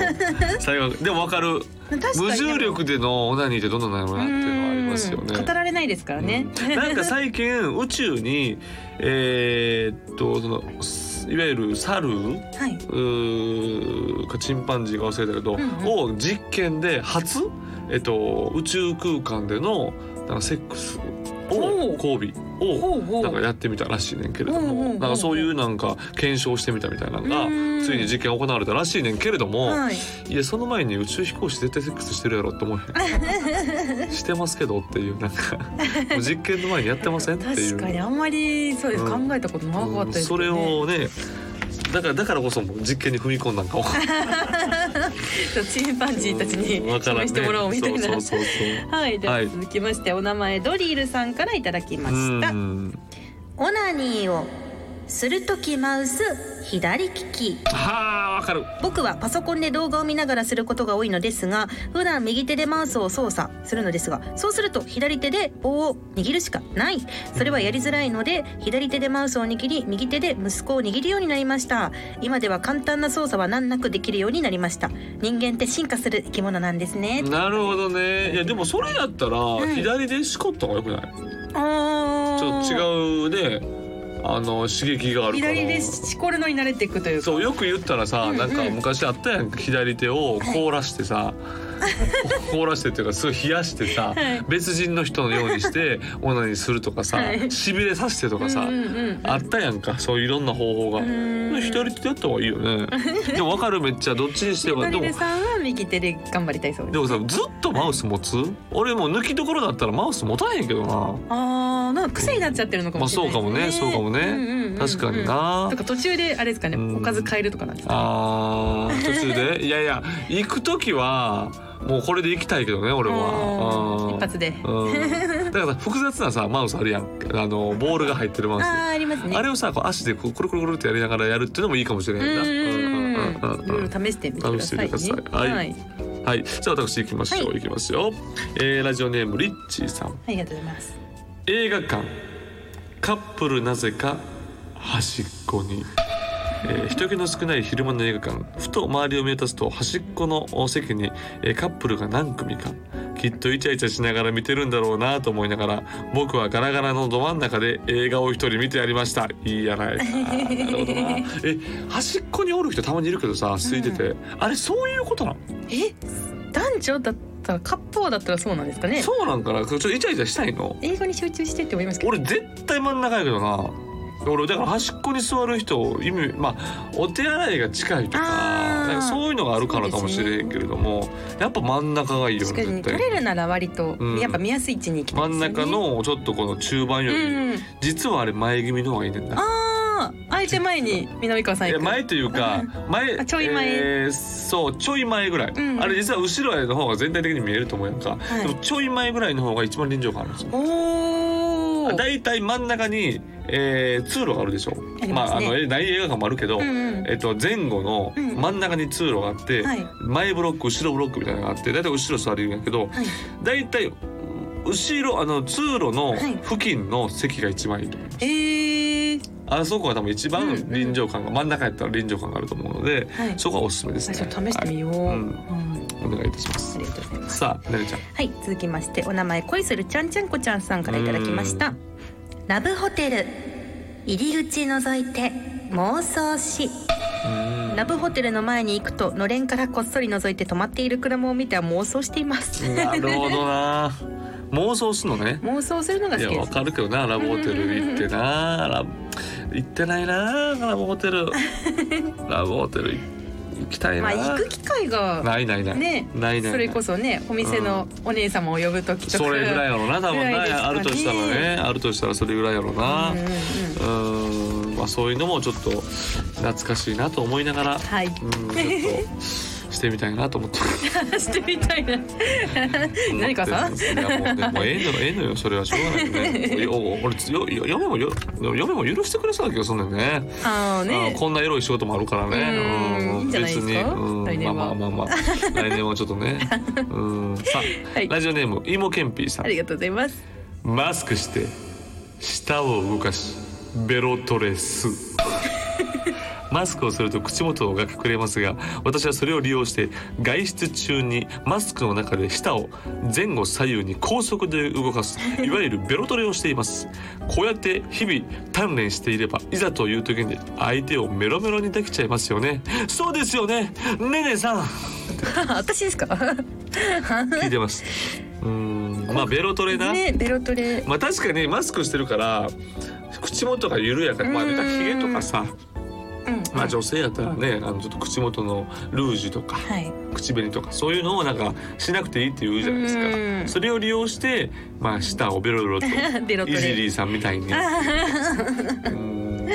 [SPEAKER 2] 最後でもわかる
[SPEAKER 1] 確かに
[SPEAKER 2] 無重力でのオナニーってどんなのかなっていうのはありますよね
[SPEAKER 1] うん語られないですからね。
[SPEAKER 2] うんなんか最近宇宙にえーっとそのすいわゆる猿う
[SPEAKER 1] はい。
[SPEAKER 2] ーかチンパンジーが忘れたけど、
[SPEAKER 1] うん
[SPEAKER 2] を実験で初、えっと、宇宙空間でのなんかセックス
[SPEAKER 1] ほ
[SPEAKER 2] を
[SPEAKER 1] う
[SPEAKER 2] 交尾を
[SPEAKER 1] うほ
[SPEAKER 2] なんかやってみたらしいねんけれど
[SPEAKER 1] ほうほうほ
[SPEAKER 2] も
[SPEAKER 1] う
[SPEAKER 2] なんかそういうなんか検証してみたみたいなのが
[SPEAKER 1] うん
[SPEAKER 2] ついに実験行われたらしいねんけれども、
[SPEAKER 1] はい。
[SPEAKER 2] いやその前に宇宙飛行士絶対セックスしてるやろって 思えへんしてますけどっていうなんかもう実験の前にやってませんっていう
[SPEAKER 1] 確かにあんまりそうです、
[SPEAKER 2] うん
[SPEAKER 1] 考えたことなかった
[SPEAKER 2] うん
[SPEAKER 1] です
[SPEAKER 2] そ
[SPEAKER 1] よね。
[SPEAKER 2] れをねだからだからこそもう実験に踏み込んだんかも
[SPEAKER 1] チンパンジーたちに
[SPEAKER 2] うんわからんね
[SPEAKER 1] 示してもらおうみたいな。
[SPEAKER 2] そうそうそうそう
[SPEAKER 1] はい、で
[SPEAKER 2] は
[SPEAKER 1] はい続きまして、お名前ドリールさんからいただきました
[SPEAKER 2] う。ん
[SPEAKER 1] オナニーをするときマウス左利き。
[SPEAKER 2] はあわかる
[SPEAKER 1] 僕はパソコンで動画を見ながらすることが多いのですが、普段右手でマウスを操作するのですが、そうすると左手で棒を握るしかない。それはやりづらいので、左手でマウスを握り、右手で息子を握るようになりました。今では簡単な操作は難なくできるようになりました。人間って進化する生き物なんですね。
[SPEAKER 2] なるほどねいやでもそれやったら
[SPEAKER 1] ん
[SPEAKER 2] 左でしこった方がよくない、
[SPEAKER 1] あ
[SPEAKER 2] ちょっ
[SPEAKER 1] う。
[SPEAKER 2] と違うねあの刺激があるから
[SPEAKER 1] 左でしこるのに慣れていくというか。
[SPEAKER 2] そうよく言ったらさ、
[SPEAKER 1] うんうん
[SPEAKER 2] なんか昔あったやんか左手を凍らしてさ、凍らしてっていうかすごい冷やしてさ、
[SPEAKER 1] はい
[SPEAKER 2] 別人の人のようにしてオナニーするとかさ、
[SPEAKER 1] はい
[SPEAKER 2] しびれさせてとかさ、
[SPEAKER 1] うんうんうん
[SPEAKER 2] あったやんかそういういろんな方法が。
[SPEAKER 1] うん
[SPEAKER 2] 左手でやった方がいいよ ね。でもわかるめっちゃどっちにしてもで
[SPEAKER 1] 左手
[SPEAKER 2] も
[SPEAKER 1] さんは右手で頑張りたいそうです
[SPEAKER 2] で。もさずっとマウス持つ？俺もう抜きどころだったらマウス持たへんけどな。
[SPEAKER 1] ああ、なんか癖になっちゃってるのかもしれないです、
[SPEAKER 2] まあそうかもねそうかもね
[SPEAKER 1] んんんん
[SPEAKER 2] 確かにな
[SPEAKER 1] とか途中であれですかね、
[SPEAKER 2] うん
[SPEAKER 1] おかず変えるとかなんですか。
[SPEAKER 2] あー途中 でいやいや行く時はもうこれで行きたいけどね俺は。
[SPEAKER 1] うん
[SPEAKER 2] うん
[SPEAKER 1] 一発で。
[SPEAKER 2] うん、だからさ複雑なさマウスあるやんあのボールが入ってるマウス
[SPEAKER 1] ああ、ありますね。
[SPEAKER 2] あれをさこう足でこうくるくるくるってやりながらやるっていうのもいいかもし
[SPEAKER 1] う
[SPEAKER 2] れないな。
[SPEAKER 1] ん
[SPEAKER 2] うんうんう
[SPEAKER 1] うん
[SPEAKER 2] んう
[SPEAKER 1] うんん。いろいろ試してみてくださいね。
[SPEAKER 2] 試してみてくださいはい
[SPEAKER 1] はい。
[SPEAKER 2] はいじゃあ私行きましょう、
[SPEAKER 1] はい
[SPEAKER 2] 行きますよ、えーラジオネームリッチーさん
[SPEAKER 1] ありがとうございます。
[SPEAKER 2] 映画館カップルなぜか端っこに、えー人気の少ない昼間の映画館ふと周りを見渡すと端っこの席に、えーカップルが何組かきっとイチャイチャしながら見てるんだろうなと思いながら僕はガラガラのど真ん中で映画を一人見てやりましたいいやないかなるほどなえ端っこにおる人たまにいるけどさ空いてて、あれそういうことなの
[SPEAKER 1] え、男女だったら、カップルだったらそうなんですかね。
[SPEAKER 2] そうなんかなちょっとイチャイチャしたいの
[SPEAKER 1] 英語に集中してって思いますけど。
[SPEAKER 2] 俺絶対真ん中やけどな俺だから端っこに座る人意味まあお手洗いが近いとかなんかそういうのがあるからかもしれんけれども、やっぱ真ん中がいいよ
[SPEAKER 1] 確か
[SPEAKER 2] ね
[SPEAKER 1] に
[SPEAKER 2] 絶
[SPEAKER 1] 取れ
[SPEAKER 2] 対。
[SPEAKER 1] るなら割と、
[SPEAKER 2] うん
[SPEAKER 1] やっぱ見やすい位置に来て
[SPEAKER 2] 真
[SPEAKER 1] ます
[SPEAKER 2] ん
[SPEAKER 1] よね
[SPEAKER 2] 中のちょっとこの中盤
[SPEAKER 1] う
[SPEAKER 2] よ
[SPEAKER 1] ん
[SPEAKER 2] り、
[SPEAKER 1] うん
[SPEAKER 2] 実はあれ前気味の方がいいねんな。
[SPEAKER 1] あああえて前に南川さん
[SPEAKER 2] い
[SPEAKER 1] 行
[SPEAKER 2] や
[SPEAKER 1] く
[SPEAKER 2] 前というか前
[SPEAKER 1] あちょい前
[SPEAKER 2] えーそうちょい前ぐらい、
[SPEAKER 1] うん
[SPEAKER 2] あれ実は後ろの方が全体的に見えると思うやんか、
[SPEAKER 1] はい
[SPEAKER 2] でもちょい前ぐらいの方が一番臨場感あるんですよ
[SPEAKER 1] おお
[SPEAKER 2] だいたい真ん中に、えー通路があるでしょ
[SPEAKER 1] あり
[SPEAKER 2] ま
[SPEAKER 1] ますね
[SPEAKER 2] ああのえない映画館もあるけど、
[SPEAKER 1] うんうん
[SPEAKER 2] えっと、前後の
[SPEAKER 1] うん
[SPEAKER 2] 真ん中に通路があって、
[SPEAKER 1] はい
[SPEAKER 2] 前ブロック後ろブロックみたいなのがあってだいたい後ろ座るんやけ
[SPEAKER 1] は
[SPEAKER 2] ど
[SPEAKER 1] い
[SPEAKER 2] だいたい後ろあの通路の
[SPEAKER 1] はい
[SPEAKER 2] 付近の席が一番いいと思います、
[SPEAKER 1] ええ
[SPEAKER 2] あそこが多分一
[SPEAKER 1] うんう
[SPEAKER 2] 番
[SPEAKER 1] ん
[SPEAKER 2] 臨場感が、真ん中やったら臨場感があると思うので、
[SPEAKER 1] はい
[SPEAKER 2] そこはおすすめです
[SPEAKER 1] あ
[SPEAKER 2] ね。
[SPEAKER 1] ちょっと試してみよう、
[SPEAKER 2] はいうん
[SPEAKER 1] うん
[SPEAKER 2] お願いいたします
[SPEAKER 1] あり。がとうございます
[SPEAKER 2] さあ、ねるちゃん。
[SPEAKER 1] はい続きましてお名前恋するちゃんちゃんこちゃんさんからいただきましたラブホテル入り口覗いて妄想しラブホテルの前に行くとのれんからこっそり覗いて止まっている車を見ては妄想しています
[SPEAKER 2] なるほ どな。妄想するのね。
[SPEAKER 1] 妄想するのが
[SPEAKER 2] い
[SPEAKER 1] 好き
[SPEAKER 2] や、
[SPEAKER 1] で
[SPEAKER 2] わ
[SPEAKER 1] す
[SPEAKER 2] かるけどな、ラブホテル行ってな、ラブ。行ってないな、ラブホ テル。ラブホテル行きたい
[SPEAKER 1] ま
[SPEAKER 2] な。
[SPEAKER 1] あ行く機会が
[SPEAKER 2] ないないない。
[SPEAKER 1] ね
[SPEAKER 2] ないないない。
[SPEAKER 1] それこそねお店のお姉様を呼ぶ時とか
[SPEAKER 2] それぐらいやろうな、多
[SPEAKER 1] ぐ
[SPEAKER 2] 分
[SPEAKER 1] らいですかね
[SPEAKER 2] な、あるとしたらね、あるとしたらそれぐらいやろうな。
[SPEAKER 1] うんうんうん
[SPEAKER 2] うーん、まあ、そういうのもちょっと懐かしいなと思いながら。
[SPEAKER 1] はい
[SPEAKER 2] うん、ちょっとしてみたいなと思って。
[SPEAKER 1] してみたいな 何かさん
[SPEAKER 2] いやもうねもうええのよええのよそれはしょうがないよね。よお俺よよ嫁もよ嫁も許してくれそうな気がするんだよね。
[SPEAKER 1] あの
[SPEAKER 2] うん
[SPEAKER 1] ね
[SPEAKER 2] こんなエロい仕事もあるからね。
[SPEAKER 1] うんいいんじゃないですか
[SPEAKER 2] 別にうん
[SPEAKER 1] 来年は
[SPEAKER 2] まあまあまあまあ来年はちょっとね。うんさ あ、
[SPEAKER 1] はい
[SPEAKER 2] ラジオネームイモケンピーさ
[SPEAKER 1] あ
[SPEAKER 2] ん。
[SPEAKER 1] りがとうございます
[SPEAKER 2] マスクして舌を動かしベロトレス マスクをすると口元が隠れますが私はそれを利用して外出中にマスクの中で舌を前後左右に高速で動かすいわゆるベロトレをしていますこうやって日々鍛錬していればいざという時に相手をメロメロにできちゃいますよねそうですよねねねさん
[SPEAKER 1] 私ですか
[SPEAKER 2] 聞いてますうーんまあベロトレな、
[SPEAKER 1] ねベロトレ
[SPEAKER 2] まあ確かにマスクしてるから口元が緩やかにまあ
[SPEAKER 1] うーん
[SPEAKER 2] なんかひげとかさ、
[SPEAKER 1] うん
[SPEAKER 2] まあ、女性やったらねあのちょっと口元のルージュとか
[SPEAKER 1] はい
[SPEAKER 2] 口紅とかそういうのをなんかしなくていいって言うじゃないです
[SPEAKER 1] うー
[SPEAKER 2] か
[SPEAKER 1] ん
[SPEAKER 2] それを利用して、まあ、舌をベロベ ロと
[SPEAKER 1] ベロト
[SPEAKER 2] イジ
[SPEAKER 1] レ
[SPEAKER 2] リーさんみたいに。うーん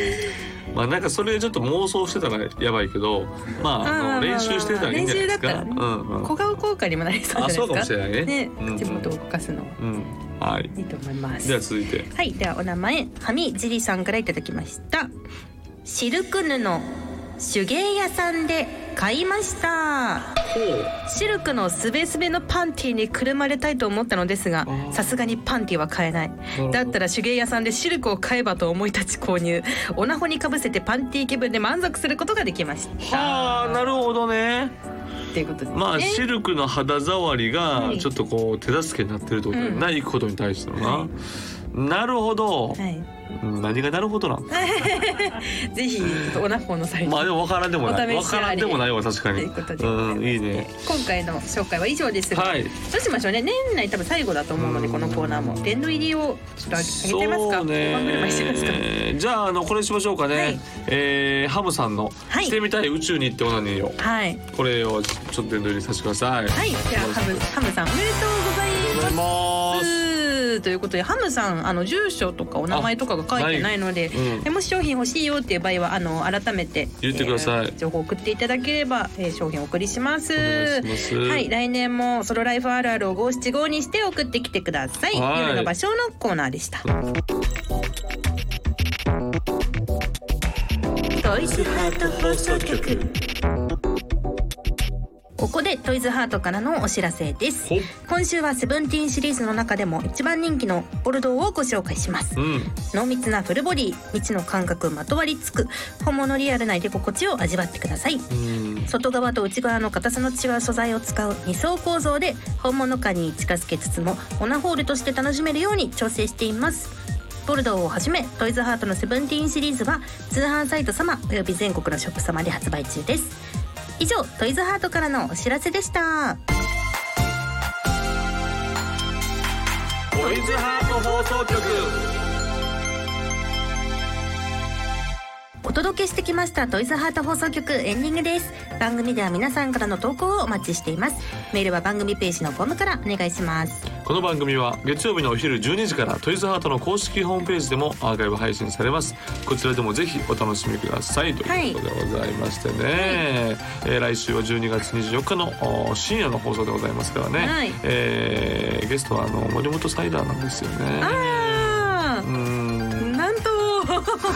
[SPEAKER 2] まあなんかそれちょっと妄想してたらやばいけど、まあ
[SPEAKER 1] あ
[SPEAKER 2] あ
[SPEAKER 1] ーまあまあまあ
[SPEAKER 2] の練習してたらいいんじゃな
[SPEAKER 1] 練習
[SPEAKER 2] いです
[SPEAKER 1] だ
[SPEAKER 2] か。
[SPEAKER 1] ったらね
[SPEAKER 2] うんうん
[SPEAKER 1] 小顔効果にもなりそう
[SPEAKER 2] あ
[SPEAKER 1] じゃ
[SPEAKER 2] そうか
[SPEAKER 1] ない
[SPEAKER 2] も
[SPEAKER 1] で
[SPEAKER 2] し
[SPEAKER 1] す
[SPEAKER 2] れ
[SPEAKER 1] か
[SPEAKER 2] ないね。
[SPEAKER 1] ね
[SPEAKER 2] うん
[SPEAKER 1] 口元を動かすの
[SPEAKER 2] うん、はい。
[SPEAKER 1] いいと思いま
[SPEAKER 2] では
[SPEAKER 1] す
[SPEAKER 2] 続いて。
[SPEAKER 1] はいではお名前ハミジリさんからいただきましたシルク布手芸屋さんで買いました
[SPEAKER 2] ほう。
[SPEAKER 1] シルクのすべすべのパンティにくるまれたいと思ったのですが
[SPEAKER 2] ー
[SPEAKER 1] さすがにパンティは買えない
[SPEAKER 2] ほど
[SPEAKER 1] だったら手芸屋さんでシルクを買えばと思い立ち購入おなほにかぶせてパンティ気分で満足することができました
[SPEAKER 2] はあなるほどね。
[SPEAKER 1] っていうことですね、
[SPEAKER 2] まあシルクの肌触りが
[SPEAKER 1] はい
[SPEAKER 2] ちょっとこう手助けになってるってこと
[SPEAKER 1] うん
[SPEAKER 2] にないことに対してのな。なるほど。
[SPEAKER 1] はい、
[SPEAKER 2] うん何がなるほどなん。
[SPEAKER 1] ぜひちょっとおなほのサイト、
[SPEAKER 2] まあでもわからんでもない。
[SPEAKER 1] お
[SPEAKER 2] わ
[SPEAKER 1] 試しあ
[SPEAKER 2] か
[SPEAKER 1] れ
[SPEAKER 2] らんでもないわ確か
[SPEAKER 1] と
[SPEAKER 2] に。
[SPEAKER 1] いうことでございま
[SPEAKER 2] う
[SPEAKER 1] す
[SPEAKER 2] んいいね。
[SPEAKER 1] 今回の紹介は以上ですが、
[SPEAKER 2] はい
[SPEAKER 1] どうしましょうね年内多分最後だと思うのでこのコーナーも殿堂入りをちょっとあげてますか
[SPEAKER 2] そう
[SPEAKER 1] ワングルマしてますか
[SPEAKER 2] ね。じゃああのこれしましょうかね。
[SPEAKER 1] はい
[SPEAKER 2] えーハムさんの
[SPEAKER 1] はい
[SPEAKER 2] してみたい宇宙に行ってオナニーを
[SPEAKER 1] はい
[SPEAKER 2] これをちょっと電動入りさせてください。
[SPEAKER 1] はいじゃあハムハムさんおめでとうございます
[SPEAKER 2] ありがとうございます。
[SPEAKER 1] ということでハムさんあの住所とかお名前とかが書いてないので、
[SPEAKER 2] あはいうん
[SPEAKER 1] えもし商品欲しいよっていう場合はあの改めて
[SPEAKER 2] 言ってください
[SPEAKER 1] えー情報送っていただければ、えー商品お送りします。
[SPEAKER 2] お願いします
[SPEAKER 1] はい来年もソロライフあるあるを五七五にして送ってきてください。
[SPEAKER 2] はい
[SPEAKER 1] 夜の場所のコーナーでした。トイズハート放送局ここでトイズハートからのお知らせです
[SPEAKER 2] ほっ
[SPEAKER 1] 今週はセブンティーンシリーズの中でも一番人気のボルドーをご紹介します
[SPEAKER 2] うん。
[SPEAKER 1] 濃密なフルボディ未知の感覚まとわりつく本物リアルな入れ心地を味わってください
[SPEAKER 2] うん。
[SPEAKER 1] 外側と内側の硬さの違う素材を使う二層構造で本物感に近づけつつもオナホールとして楽しめるように調整していますボルドーをはじめトイズハートのセブンティーンシリーズは通販サイト様および全国のショップ様で発売中です以上トイズハートからのお知らせでした
[SPEAKER 2] トイズハート放送
[SPEAKER 1] こ
[SPEAKER 2] 局。
[SPEAKER 1] お届けしてきましたトイズハート放送局エンディングです番組では皆さんからの投稿をお待ちしていますメールは番組ページのフォームからお願いします
[SPEAKER 2] この番組は月曜日のお昼12時からトイズハートの公式ホームページでもアーカイブ配信されますこちらでもぜひお楽しみくださいということでございましてね、えー来週は12月24日のおー深夜の放送でございますからね、
[SPEAKER 1] はい
[SPEAKER 2] えーゲストはあの森本サイダーなんですよね
[SPEAKER 1] あ
[SPEAKER 2] うーん
[SPEAKER 1] ーなんと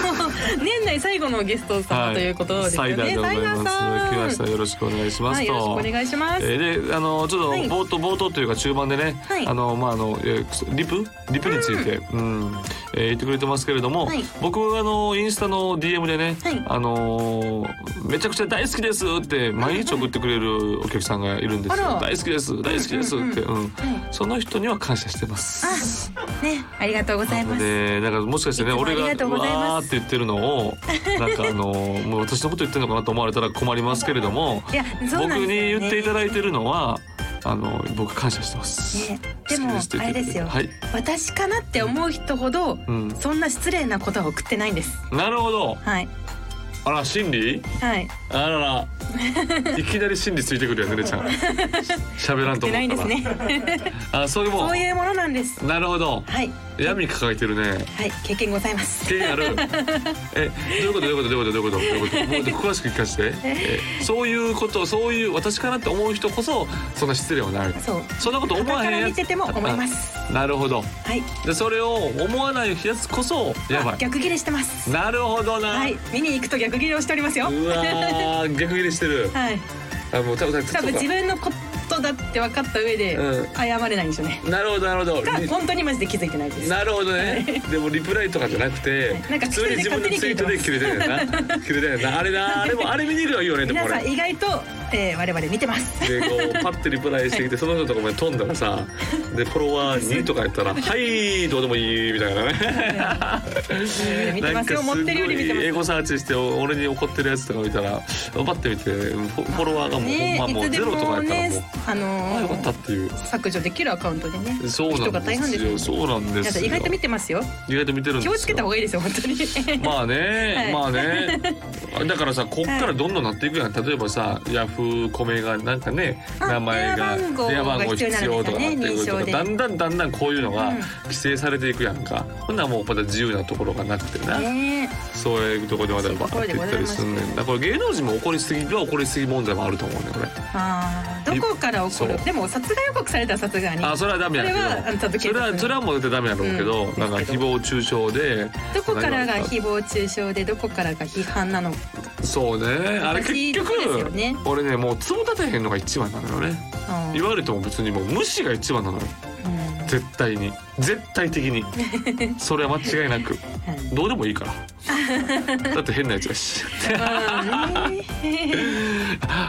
[SPEAKER 1] 年内最後のゲスト様ということですよ
[SPEAKER 2] サイダー
[SPEAKER 1] ね、
[SPEAKER 2] でございます来ま
[SPEAKER 1] サイダー
[SPEAKER 2] し
[SPEAKER 1] さ
[SPEAKER 2] た
[SPEAKER 1] ん
[SPEAKER 2] よろしくお願いしますと、
[SPEAKER 1] はいよろしくお願いします、
[SPEAKER 2] えーであのちょっと
[SPEAKER 1] はい
[SPEAKER 2] 冒頭、冒頭というか中盤でね、
[SPEAKER 1] はい
[SPEAKER 2] あのまああのえーリプリプについて、うんえー言ってくれてますけれども、
[SPEAKER 1] はい
[SPEAKER 2] 僕あのインスタの DM でね、
[SPEAKER 1] はい
[SPEAKER 2] あのーめちゃくちゃ大好きですって毎日送ってくれるお客さんがいるんですよ、
[SPEAKER 1] あら
[SPEAKER 2] 大好きです大好きですって、うんその人には感謝してます。
[SPEAKER 1] はい、ねありがとうございます、
[SPEAKER 2] でなんかもしかしてね
[SPEAKER 1] いつも
[SPEAKER 2] 俺
[SPEAKER 1] ありがと
[SPEAKER 2] が
[SPEAKER 1] う
[SPEAKER 2] う
[SPEAKER 1] ございます
[SPEAKER 2] わーって言ってるのをなんかあのもう私のこと言ってるのかなと思われたら困りますけれども
[SPEAKER 1] いやそう
[SPEAKER 2] 僕
[SPEAKER 1] なんですよ、ね、
[SPEAKER 2] に言っていただいてるのはあの僕感謝してます。
[SPEAKER 1] ねでも
[SPEAKER 2] 好きって言っ
[SPEAKER 1] あ
[SPEAKER 2] て
[SPEAKER 1] れですよ
[SPEAKER 2] はい、
[SPEAKER 1] 私かなって思う人ほど、
[SPEAKER 2] うん、
[SPEAKER 1] そんな失礼なことは送ってないんです
[SPEAKER 2] なるほど。
[SPEAKER 1] はい
[SPEAKER 2] あら心理？
[SPEAKER 1] はい
[SPEAKER 2] あ らら。いきなり心理ついてくるよねれちゃん。喋らんと
[SPEAKER 1] 送って
[SPEAKER 2] 思
[SPEAKER 1] ないんで
[SPEAKER 2] った
[SPEAKER 1] す
[SPEAKER 2] ら。
[SPEAKER 1] ね
[SPEAKER 2] あそういうもん
[SPEAKER 1] そういうものなんです
[SPEAKER 2] なるほど。
[SPEAKER 1] はい
[SPEAKER 2] 闇抱えてるね。
[SPEAKER 1] はい経験ございます
[SPEAKER 2] 経験ある。えどういうことどういうことどういうことどういうことどういうこと。もう詳しく聞かせて。えそういうことそういう私かなって思う人こそそんな失礼はない。
[SPEAKER 1] そう
[SPEAKER 2] そんなこと思
[SPEAKER 1] 傍
[SPEAKER 2] わ
[SPEAKER 1] か
[SPEAKER 2] へん
[SPEAKER 1] ら
[SPEAKER 2] や
[SPEAKER 1] 見
[SPEAKER 2] つ
[SPEAKER 1] て。ても思います
[SPEAKER 2] なるほど。
[SPEAKER 1] はい
[SPEAKER 2] でそれを思わないやつこそやば
[SPEAKER 1] あ
[SPEAKER 2] い
[SPEAKER 1] 逆ギレしてます
[SPEAKER 2] なるほどな、
[SPEAKER 1] はい見に行くと逆ギレをしておりますよ
[SPEAKER 2] うわー逆切れしてる
[SPEAKER 1] はい
[SPEAKER 2] あもう多分多
[SPEAKER 1] 多分自
[SPEAKER 2] 分
[SPEAKER 1] 分のことだって分かった上で
[SPEAKER 2] うん
[SPEAKER 1] 謝れないんですよね
[SPEAKER 2] なるほどなるほど
[SPEAKER 1] が
[SPEAKER 2] リ
[SPEAKER 1] 本当にマジで気づいてないです
[SPEAKER 2] なるほどねでもリプライとかじゃなくて
[SPEAKER 1] いなんか
[SPEAKER 2] 普通に自分のツイートで切
[SPEAKER 1] 勝
[SPEAKER 2] れてるよな 切れてるよなあれなあれもあれ見に行くのいいよねでも
[SPEAKER 1] 皆
[SPEAKER 2] こ
[SPEAKER 1] さ
[SPEAKER 2] れ
[SPEAKER 1] ん意外と、えー、我々見てます
[SPEAKER 2] でこうパッてリプライしてきてその人のとこまで飛んだらさでフォロワー2とかやっ たら「はいどうでもいい」みたいなね
[SPEAKER 1] 見てますよ持ってるより見てます
[SPEAKER 2] エゴサーチして俺に怒ってるやつとか見たらパッて見てフォフォロワーがもうほん
[SPEAKER 1] ね
[SPEAKER 2] まも
[SPEAKER 1] いうつで
[SPEAKER 2] ゼロと
[SPEAKER 1] も
[SPEAKER 2] かやったらもう
[SPEAKER 1] ね。あ
[SPEAKER 2] あよ
[SPEAKER 1] の
[SPEAKER 2] かった
[SPEAKER 1] ー
[SPEAKER 2] っていう。
[SPEAKER 1] 削除できるアカウントでね
[SPEAKER 2] そう
[SPEAKER 1] 人
[SPEAKER 2] な
[SPEAKER 1] が
[SPEAKER 2] ん
[SPEAKER 1] 大変
[SPEAKER 2] で
[SPEAKER 1] ですすよ
[SPEAKER 2] よ。そうなんで
[SPEAKER 1] 皆さ
[SPEAKER 2] す
[SPEAKER 1] ん
[SPEAKER 2] よ。
[SPEAKER 1] 意外と見てますよ
[SPEAKER 2] 意外と見てるんです
[SPEAKER 1] 気
[SPEAKER 2] よ。
[SPEAKER 1] をつけた方がいいですよ本当に
[SPEAKER 2] まあね、
[SPEAKER 1] はい
[SPEAKER 2] まあね。 あだからさ、こっからどんどんなっていくやん。例えばさ、ヤフー米がなんかね、
[SPEAKER 1] あ
[SPEAKER 2] 名
[SPEAKER 1] 電
[SPEAKER 2] 前が
[SPEAKER 1] 話番号
[SPEAKER 2] 電話番号必要とかなってく
[SPEAKER 1] 必要な
[SPEAKER 2] るとか、
[SPEAKER 1] んです
[SPEAKER 2] だ
[SPEAKER 1] よ
[SPEAKER 2] んだんだんだんこういうのが
[SPEAKER 1] うん
[SPEAKER 2] 規制されていくやんか。ほんならもうまた自由なところがなくてな。
[SPEAKER 1] ね
[SPEAKER 2] そういうところでまたバーっていったりするねんだ。これ芸能人も怒りすぎは怒りすぎ問題もあると思うねこれ。
[SPEAKER 1] あーどこから起こ
[SPEAKER 2] そう
[SPEAKER 1] るでも殺害予告されたら殺害に
[SPEAKER 2] あそれはダメやけど
[SPEAKER 1] それはあのちゃんと
[SPEAKER 2] そ
[SPEAKER 1] 警
[SPEAKER 2] れ
[SPEAKER 1] 察
[SPEAKER 2] は
[SPEAKER 1] に
[SPEAKER 2] それはもう絶対ダメやろうけど、
[SPEAKER 1] うん
[SPEAKER 2] なんか誹謗中傷で
[SPEAKER 1] どこからが誹謗中傷でどこからが批判なのか
[SPEAKER 2] そうねあれ
[SPEAKER 1] 難し
[SPEAKER 2] 結
[SPEAKER 1] いとこですよ
[SPEAKER 2] 局、
[SPEAKER 1] ね
[SPEAKER 2] 俺ねもうつぼ立てへんのが一番なのよね
[SPEAKER 1] あー
[SPEAKER 2] 言われても別にもう無視が一番なのよ
[SPEAKER 1] うん
[SPEAKER 2] 絶対に絶対的 にそれは間違いなくどうでもいいから だって変なやつだし
[SPEAKER 1] はい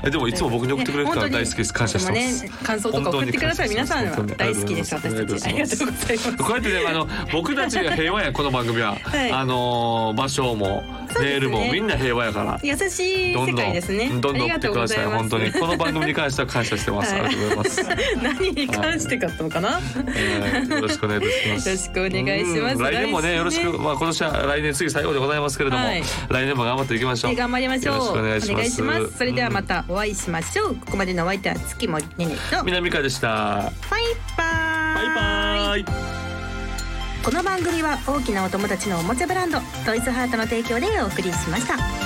[SPEAKER 1] うん
[SPEAKER 2] でもいつも僕に送ってくれるから大好きです感謝してます、
[SPEAKER 1] でもね感想とか送ってください
[SPEAKER 2] 本当に
[SPEAKER 1] 皆さんは
[SPEAKER 2] 本当に
[SPEAKER 1] 大好きです
[SPEAKER 2] あり
[SPEAKER 1] 私
[SPEAKER 2] がとうご
[SPEAKER 1] たち
[SPEAKER 2] ざ
[SPEAKER 1] あ
[SPEAKER 2] い
[SPEAKER 1] り
[SPEAKER 2] ま
[SPEAKER 1] が
[SPEAKER 2] す
[SPEAKER 1] とうございます
[SPEAKER 2] こうやってねあ の僕たちが平和やこの番組は、
[SPEAKER 1] はい
[SPEAKER 2] あの場所も
[SPEAKER 1] そうですね
[SPEAKER 2] メールもみんな平和やから
[SPEAKER 1] 優しい
[SPEAKER 2] どん
[SPEAKER 1] 世
[SPEAKER 2] どん
[SPEAKER 1] 界ですね。
[SPEAKER 2] どんどん
[SPEAKER 1] あり
[SPEAKER 2] 送っ
[SPEAKER 1] が
[SPEAKER 2] て
[SPEAKER 1] とう
[SPEAKER 2] く
[SPEAKER 1] ご
[SPEAKER 2] だ
[SPEAKER 1] ざ
[SPEAKER 2] さ
[SPEAKER 1] い
[SPEAKER 2] い
[SPEAKER 1] ます
[SPEAKER 2] 本当にこの番組に関しては感謝してます、
[SPEAKER 1] はい
[SPEAKER 2] ありがとうございます、
[SPEAKER 1] 何に関して買ったのかな。
[SPEAKER 2] えーよろしくお願いいたしま す
[SPEAKER 1] よろしくお願いします
[SPEAKER 2] うん来年もねよろ
[SPEAKER 1] 来
[SPEAKER 2] し
[SPEAKER 1] 週ね
[SPEAKER 2] くまあ今年は来年次最後でございますけれども、
[SPEAKER 1] はい
[SPEAKER 2] 来年も頑張っていきましょう
[SPEAKER 1] 頑張りましょう。
[SPEAKER 2] よろしくお願いします
[SPEAKER 1] お願いそれではまたお会いしましょう。ここまでのお相手は月森ねねと。バイ
[SPEAKER 2] 南川でした
[SPEAKER 1] バ
[SPEAKER 2] バイバーイ
[SPEAKER 1] この番組は大きなお友達のおもちゃブランドトイズハートの提供でお送りしました。